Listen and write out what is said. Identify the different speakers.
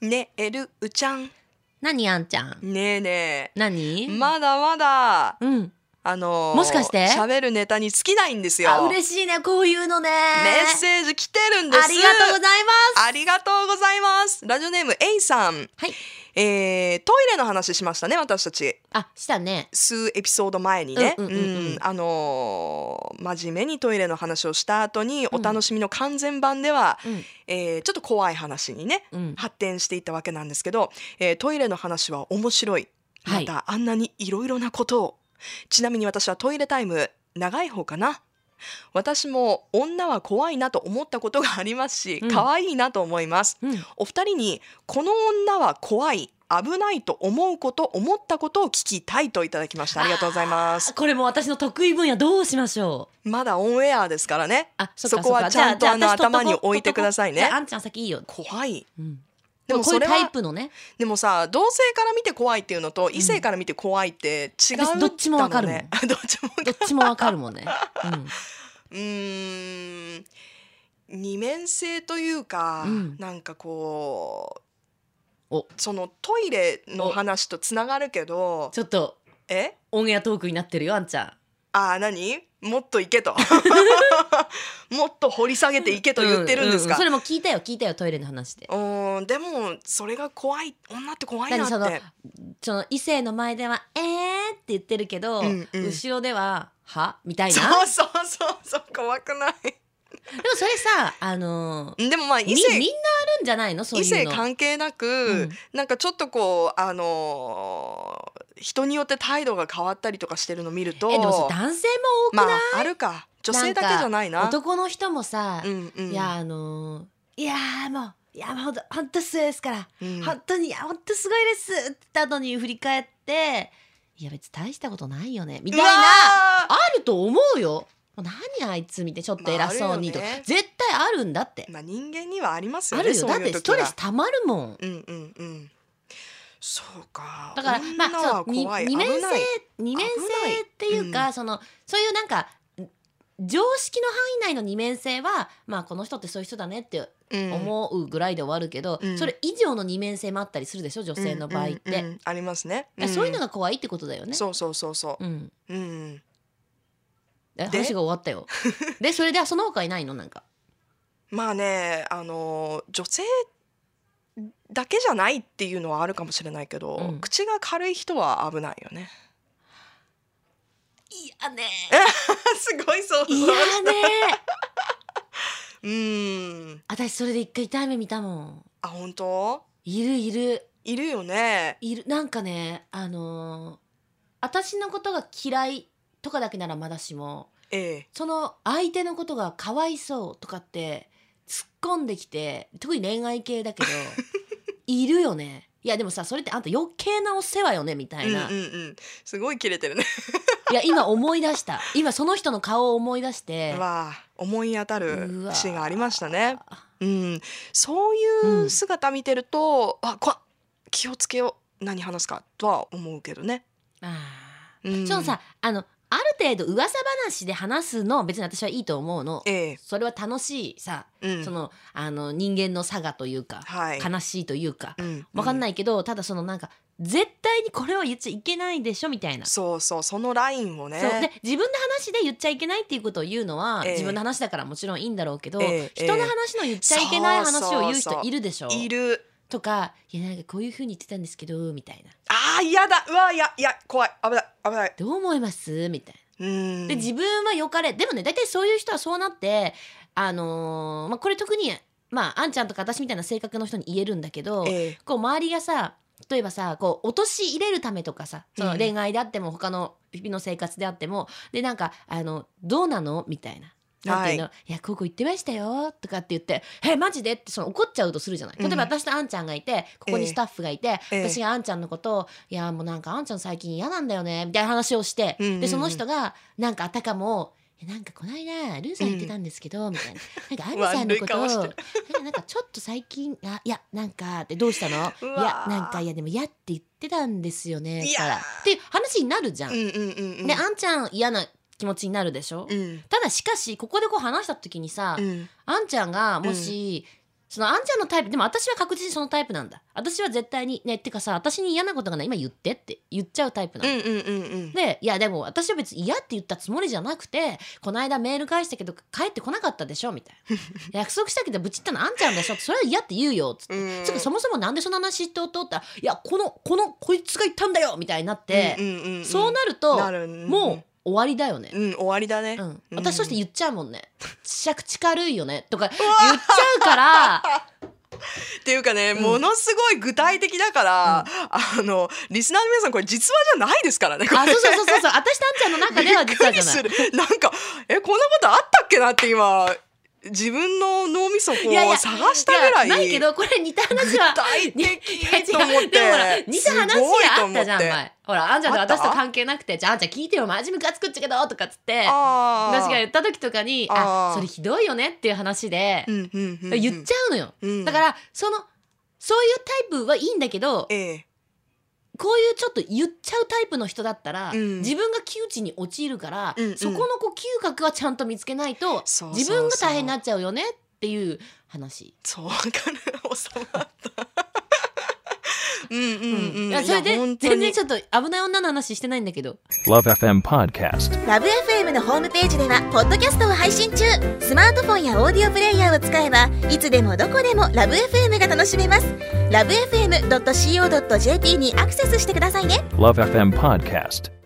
Speaker 1: ねえるうちゃん
Speaker 2: 何あんちゃん
Speaker 1: ねえねえ
Speaker 2: 何、
Speaker 1: まだまだ
Speaker 2: うん
Speaker 1: あのー
Speaker 2: もしかして
Speaker 1: 喋るネタに尽きないんですよ
Speaker 2: あ嬉しいねこういうのね
Speaker 1: メッセージ来てるんです
Speaker 2: ありがとうございます
Speaker 1: ありがとうございますラジオネーム A さん
Speaker 2: はい
Speaker 1: えートイレの話しましたね私たち
Speaker 2: あしたね
Speaker 1: 数エピソード前にね
Speaker 2: うんうんうんうん
Speaker 1: うんあのー真面目にトイレの話をした後に
Speaker 2: うん
Speaker 1: お楽しみの完全版では、
Speaker 2: うん
Speaker 1: えーちょっと怖い話にね
Speaker 2: うん
Speaker 1: 発展していったわけなんですけど、えートイレの話は面白い
Speaker 2: は
Speaker 1: ま
Speaker 2: い
Speaker 1: たあんなにいろいろなことをちなみに私はトイレタイム長い方かな私も女は怖いなと思ったことがありますし
Speaker 2: うん
Speaker 1: 可愛いなと思います、
Speaker 2: うん
Speaker 1: お二人にこの女は怖い危ないと思うこと思ったことを聞きたいといただきましたありがとうございます
Speaker 2: これも私の得意分野どうしましょう
Speaker 1: まだオンエアですからね
Speaker 2: あっ
Speaker 1: そこは
Speaker 2: っかじゃ
Speaker 1: ちゃんと
Speaker 2: じ
Speaker 1: あの
Speaker 2: 私取っとこ
Speaker 1: 頭に置いてくださいね
Speaker 2: 取っとこじゃああんちゃん先いいよ、
Speaker 1: 怖い
Speaker 2: うん、
Speaker 1: で
Speaker 2: で
Speaker 1: も
Speaker 2: もこう
Speaker 1: そ
Speaker 2: いう
Speaker 1: れ
Speaker 2: タイ
Speaker 1: は
Speaker 2: プのね
Speaker 1: でもさ同性から見て怖いっていうのと異性から見て怖いって違う、
Speaker 2: 私どっちもわかるもん
Speaker 1: ね どっちも
Speaker 2: どっちもわかるもんね、うん、
Speaker 1: うーん二面性というか、
Speaker 2: うん
Speaker 1: なんかこう
Speaker 2: お
Speaker 1: そのトイレの話とつながるけど
Speaker 2: ちょっと
Speaker 1: え
Speaker 2: オンエアトークになってるよあんちゃん
Speaker 1: あー何もっといけ ともっと掘り下げていけと言ってるんですか、
Speaker 2: うううそれも聞いたよ聞いたよトイレの話で
Speaker 1: うーんでもそれが怖い女って怖いな
Speaker 2: 何
Speaker 1: っ
Speaker 2: その
Speaker 1: て
Speaker 2: その異性の前では「えー」って言ってるけど、
Speaker 1: うんうん
Speaker 2: 後ろでは「は?」みたい
Speaker 1: そ
Speaker 2: な
Speaker 1: うそうそうそう怖くな
Speaker 2: でもそれさあのー
Speaker 1: いでもまあ
Speaker 2: み
Speaker 1: 異
Speaker 2: みんなあ
Speaker 1: 性
Speaker 2: るんじゃないのそう
Speaker 1: 異
Speaker 2: い
Speaker 1: 性
Speaker 2: うの。
Speaker 1: 関係なく、
Speaker 2: うん
Speaker 1: なんかちょっとこうあのー人によって態度が変わったりとかしてるの見ると
Speaker 2: えでもさ男性も多く
Speaker 1: ま
Speaker 2: ない、
Speaker 1: ああるか女性だけじゃないな
Speaker 2: 男の人もさ「
Speaker 1: うんうん
Speaker 2: いやあのーいやーもういやほんとほんとすごいですから、
Speaker 1: うん
Speaker 2: ほんとにいやほんとすごいです」って言った後に振り返って「いや別に大したことないよね」みたいな
Speaker 1: うわ
Speaker 2: あると思うよ。もう何あいつみたいなちょっと偉そうにとか、
Speaker 1: まああるよね
Speaker 2: 絶対あるんだって。
Speaker 1: ーまあ人間にはありますよ
Speaker 2: あ
Speaker 1: ね
Speaker 2: るよ
Speaker 1: そ
Speaker 2: だっ
Speaker 1: うい
Speaker 2: て
Speaker 1: う
Speaker 2: ス
Speaker 1: 時
Speaker 2: ト
Speaker 1: は
Speaker 2: レスたまるもん
Speaker 1: うんうんうんそうか
Speaker 2: だからま
Speaker 1: 女
Speaker 2: あそ
Speaker 1: は
Speaker 2: うに
Speaker 1: 怖い
Speaker 2: 二面性
Speaker 1: 危ない
Speaker 2: 二面性っていう
Speaker 1: 危な
Speaker 2: か、そのそういうなんか常識の範囲内の二面性はまあこの人ってそういう人だねって
Speaker 1: うん
Speaker 2: 思うぐらいで終わるけど、
Speaker 1: うん
Speaker 2: それ以上の二面性もあったりするでしょ女性の場合って、
Speaker 1: うんうんうんありますね
Speaker 2: だから
Speaker 1: ん
Speaker 2: そういうのが怖いってことだよね。、
Speaker 1: そうそうそうそう
Speaker 2: ん、
Speaker 1: ううん
Speaker 2: え話が終わっ たよ。でそれでその他いないのなんか。
Speaker 1: まあねあの女性だけじゃないっていうのはあるかもしれないけど、
Speaker 2: うん
Speaker 1: 口が軽い人は危ないよ ね
Speaker 2: いやね
Speaker 1: すごいそう
Speaker 2: いやね
Speaker 1: うん
Speaker 2: 私それで一回痛い目見たもん。
Speaker 1: あ本当
Speaker 2: いるいる。
Speaker 1: いるよね
Speaker 2: いるなんかねあのー私のことが嫌いとかだけならまだしも
Speaker 1: ええ
Speaker 2: その相手のことがかわいそうとかって突っ込んできて特に恋愛系 だけどいるよねいやでもさそれってあんた余計なお世話よねみたいな、
Speaker 1: うんうんうんすごいキレてるね、
Speaker 2: いや今思い出した今その人の顔を思い出して
Speaker 1: わあ思い当た
Speaker 2: う
Speaker 1: る
Speaker 2: わ
Speaker 1: シーンがありましたねうんそういう姿見てると、あこわ気をつけよう何話すかとは思うけどね、
Speaker 2: あ
Speaker 1: うん、
Speaker 2: ーそのさあのある程度噂話で話すの別に私はいいと思うの
Speaker 1: ええ
Speaker 2: それは楽しいさ
Speaker 1: うん
Speaker 2: そのあの人間の差がというか、
Speaker 1: はい
Speaker 2: 悲しいというか、
Speaker 1: うん、
Speaker 2: わかんないいけど、ただそのなんか絶対にこれは言っちゃいけないでしょみたいな。
Speaker 1: そうそうそのラインをね
Speaker 2: そうで自分の話で言っちゃいけないっていうことを言うのは、
Speaker 1: ええ
Speaker 2: 自分の話だからもちろんいいんだろうけど、
Speaker 1: ええ
Speaker 2: 人の話の言っちゃいけない話を言う
Speaker 1: そうそう
Speaker 2: 人
Speaker 1: そう
Speaker 2: いるでしょ
Speaker 1: いる
Speaker 2: とか「いやなんかこういうふうに言ってたんですけど」みたいな
Speaker 1: あー嫌だうわいやいや怖い危ない危ない
Speaker 2: 「どう思います?」みたいな。
Speaker 1: うん
Speaker 2: で自分は良かれでもね大体そういう人はそうなってあのーまあ、これ特に、まあ、あんちゃんとか私みたいな性格の人に言えるんだけど、
Speaker 1: ええ
Speaker 2: こう周りがさ例えばさこう落とし入れるためとかさそ
Speaker 1: うん
Speaker 2: の恋愛であっても他の日々の生活であってもでなんかあの「どうなの?」みたいな。なんていうの、い、やここ行ってましたよとかって言って「えマジで?」ってその怒っちゃうとするじゃない
Speaker 1: うん
Speaker 2: 例えば私とあんちゃんがいてここにスタッフがいて、
Speaker 1: ええ
Speaker 2: 私があんちゃんのことを「いやもうなんかあんちゃん最近嫌なんだよね」みたいな話をして、
Speaker 1: うんうんうん
Speaker 2: でその人がなんかあたかも「いやなんかこの間ルーさん言ってたんですけど」みたいな「なんかあんさんのこと
Speaker 1: 悪い顔して
Speaker 2: をえなんかちょっと最近あいやなんかってどうしたのいや
Speaker 1: うわー
Speaker 2: なんかいやでも嫌って言ってたんですよね
Speaker 1: いやー
Speaker 2: からっていう話になるじゃん。
Speaker 1: うんうんうんうん
Speaker 2: であんちゃん嫌な気持ちになるでしょ、
Speaker 1: うん
Speaker 2: ただしかしここでこう話した時にさ、
Speaker 1: うん
Speaker 2: あんちゃんがもし、そのあんちゃんのタイプでも私は確実にそのタイプなんだ私は絶対にねってかさ私に嫌なことがない今言ってって言っちゃうタイプな
Speaker 1: うん
Speaker 2: の、
Speaker 1: うんうんうん
Speaker 2: でいやでも私は別に嫌って言ったつもりじゃなくてこの間メール返したけど帰ってこなかったでしょみたい な約束したけどブチったのあんちゃんでしょそれは嫌って言うよつって、
Speaker 1: うん
Speaker 2: つうかそもそもなんでそんな話っておとったらいやこのこのこいつが言ったんだよみたいになって、
Speaker 1: うんうんうんうん
Speaker 2: そうなると
Speaker 1: なるん
Speaker 2: もう終わりだよね、
Speaker 1: うん終わりだね、
Speaker 2: う、
Speaker 1: うん
Speaker 2: 私として言っちゃうもんね「尺口軽いよね」とか言っち
Speaker 1: わ
Speaker 2: ゃう から
Speaker 1: っていうかね、
Speaker 2: うん
Speaker 1: ものすごい具体的だから、あのリスナーの皆さんこれ実話じゃないですからねこれ
Speaker 2: あそうそうそうそうそう私とあんちゃんの中では
Speaker 1: びっ
Speaker 2: 実
Speaker 1: く
Speaker 2: はじ
Speaker 1: り
Speaker 2: ゃな
Speaker 1: す
Speaker 2: い
Speaker 1: るなんかえこんなことあったっけなって今自分の脳みそこ
Speaker 2: いやいうや
Speaker 1: 探したぐらい
Speaker 2: いやないけどこれ似た
Speaker 1: 具
Speaker 2: 話は
Speaker 1: 体的と
Speaker 2: い
Speaker 1: 思っ
Speaker 2: や違うでもほら
Speaker 1: て
Speaker 2: 似た話
Speaker 1: すごいと
Speaker 2: があっ
Speaker 1: 思
Speaker 2: た
Speaker 1: っ
Speaker 2: じゃん
Speaker 1: て
Speaker 2: 前ほらあんちゃんと
Speaker 1: あった
Speaker 2: 私と関係なくてじゃああんちゃん聞いてよ真面目ガツくっちゃけどとかっつって
Speaker 1: あー
Speaker 2: 私が言った時とかに
Speaker 1: あ
Speaker 2: あ
Speaker 1: ー
Speaker 2: それひどいよねっていう話で
Speaker 1: うんうんうんうん
Speaker 2: 言っちゃうのよ
Speaker 1: うん
Speaker 2: だからそのそういうタイプはいいんだけど
Speaker 1: ええ
Speaker 2: こういうちょっと言っちゃうタイプの人だったら、
Speaker 1: うん
Speaker 2: 自分が窮地に陥るから、
Speaker 1: うんうん
Speaker 2: そこのこう嗅覚はちゃんと見つけないと
Speaker 1: そうそうそう
Speaker 2: 自分が大変になっちゃうよねっていう話。
Speaker 1: そう わかる収まった うんうんうん、
Speaker 2: い
Speaker 1: い
Speaker 2: や
Speaker 1: や
Speaker 2: それで
Speaker 1: 本当
Speaker 2: 全
Speaker 1: に
Speaker 2: 然ちょっと危ない女の話してないんだけど
Speaker 3: Love FM Podcast.
Speaker 4: ラブ f m のホームページではポッドキャストを配信中スマートフォンやオーディオプレイヤーを使えばいつでもどこでもラブ f m が楽しめますラブ FM.co.jp にアクセスしてくださいね
Speaker 3: Love FM Podcast.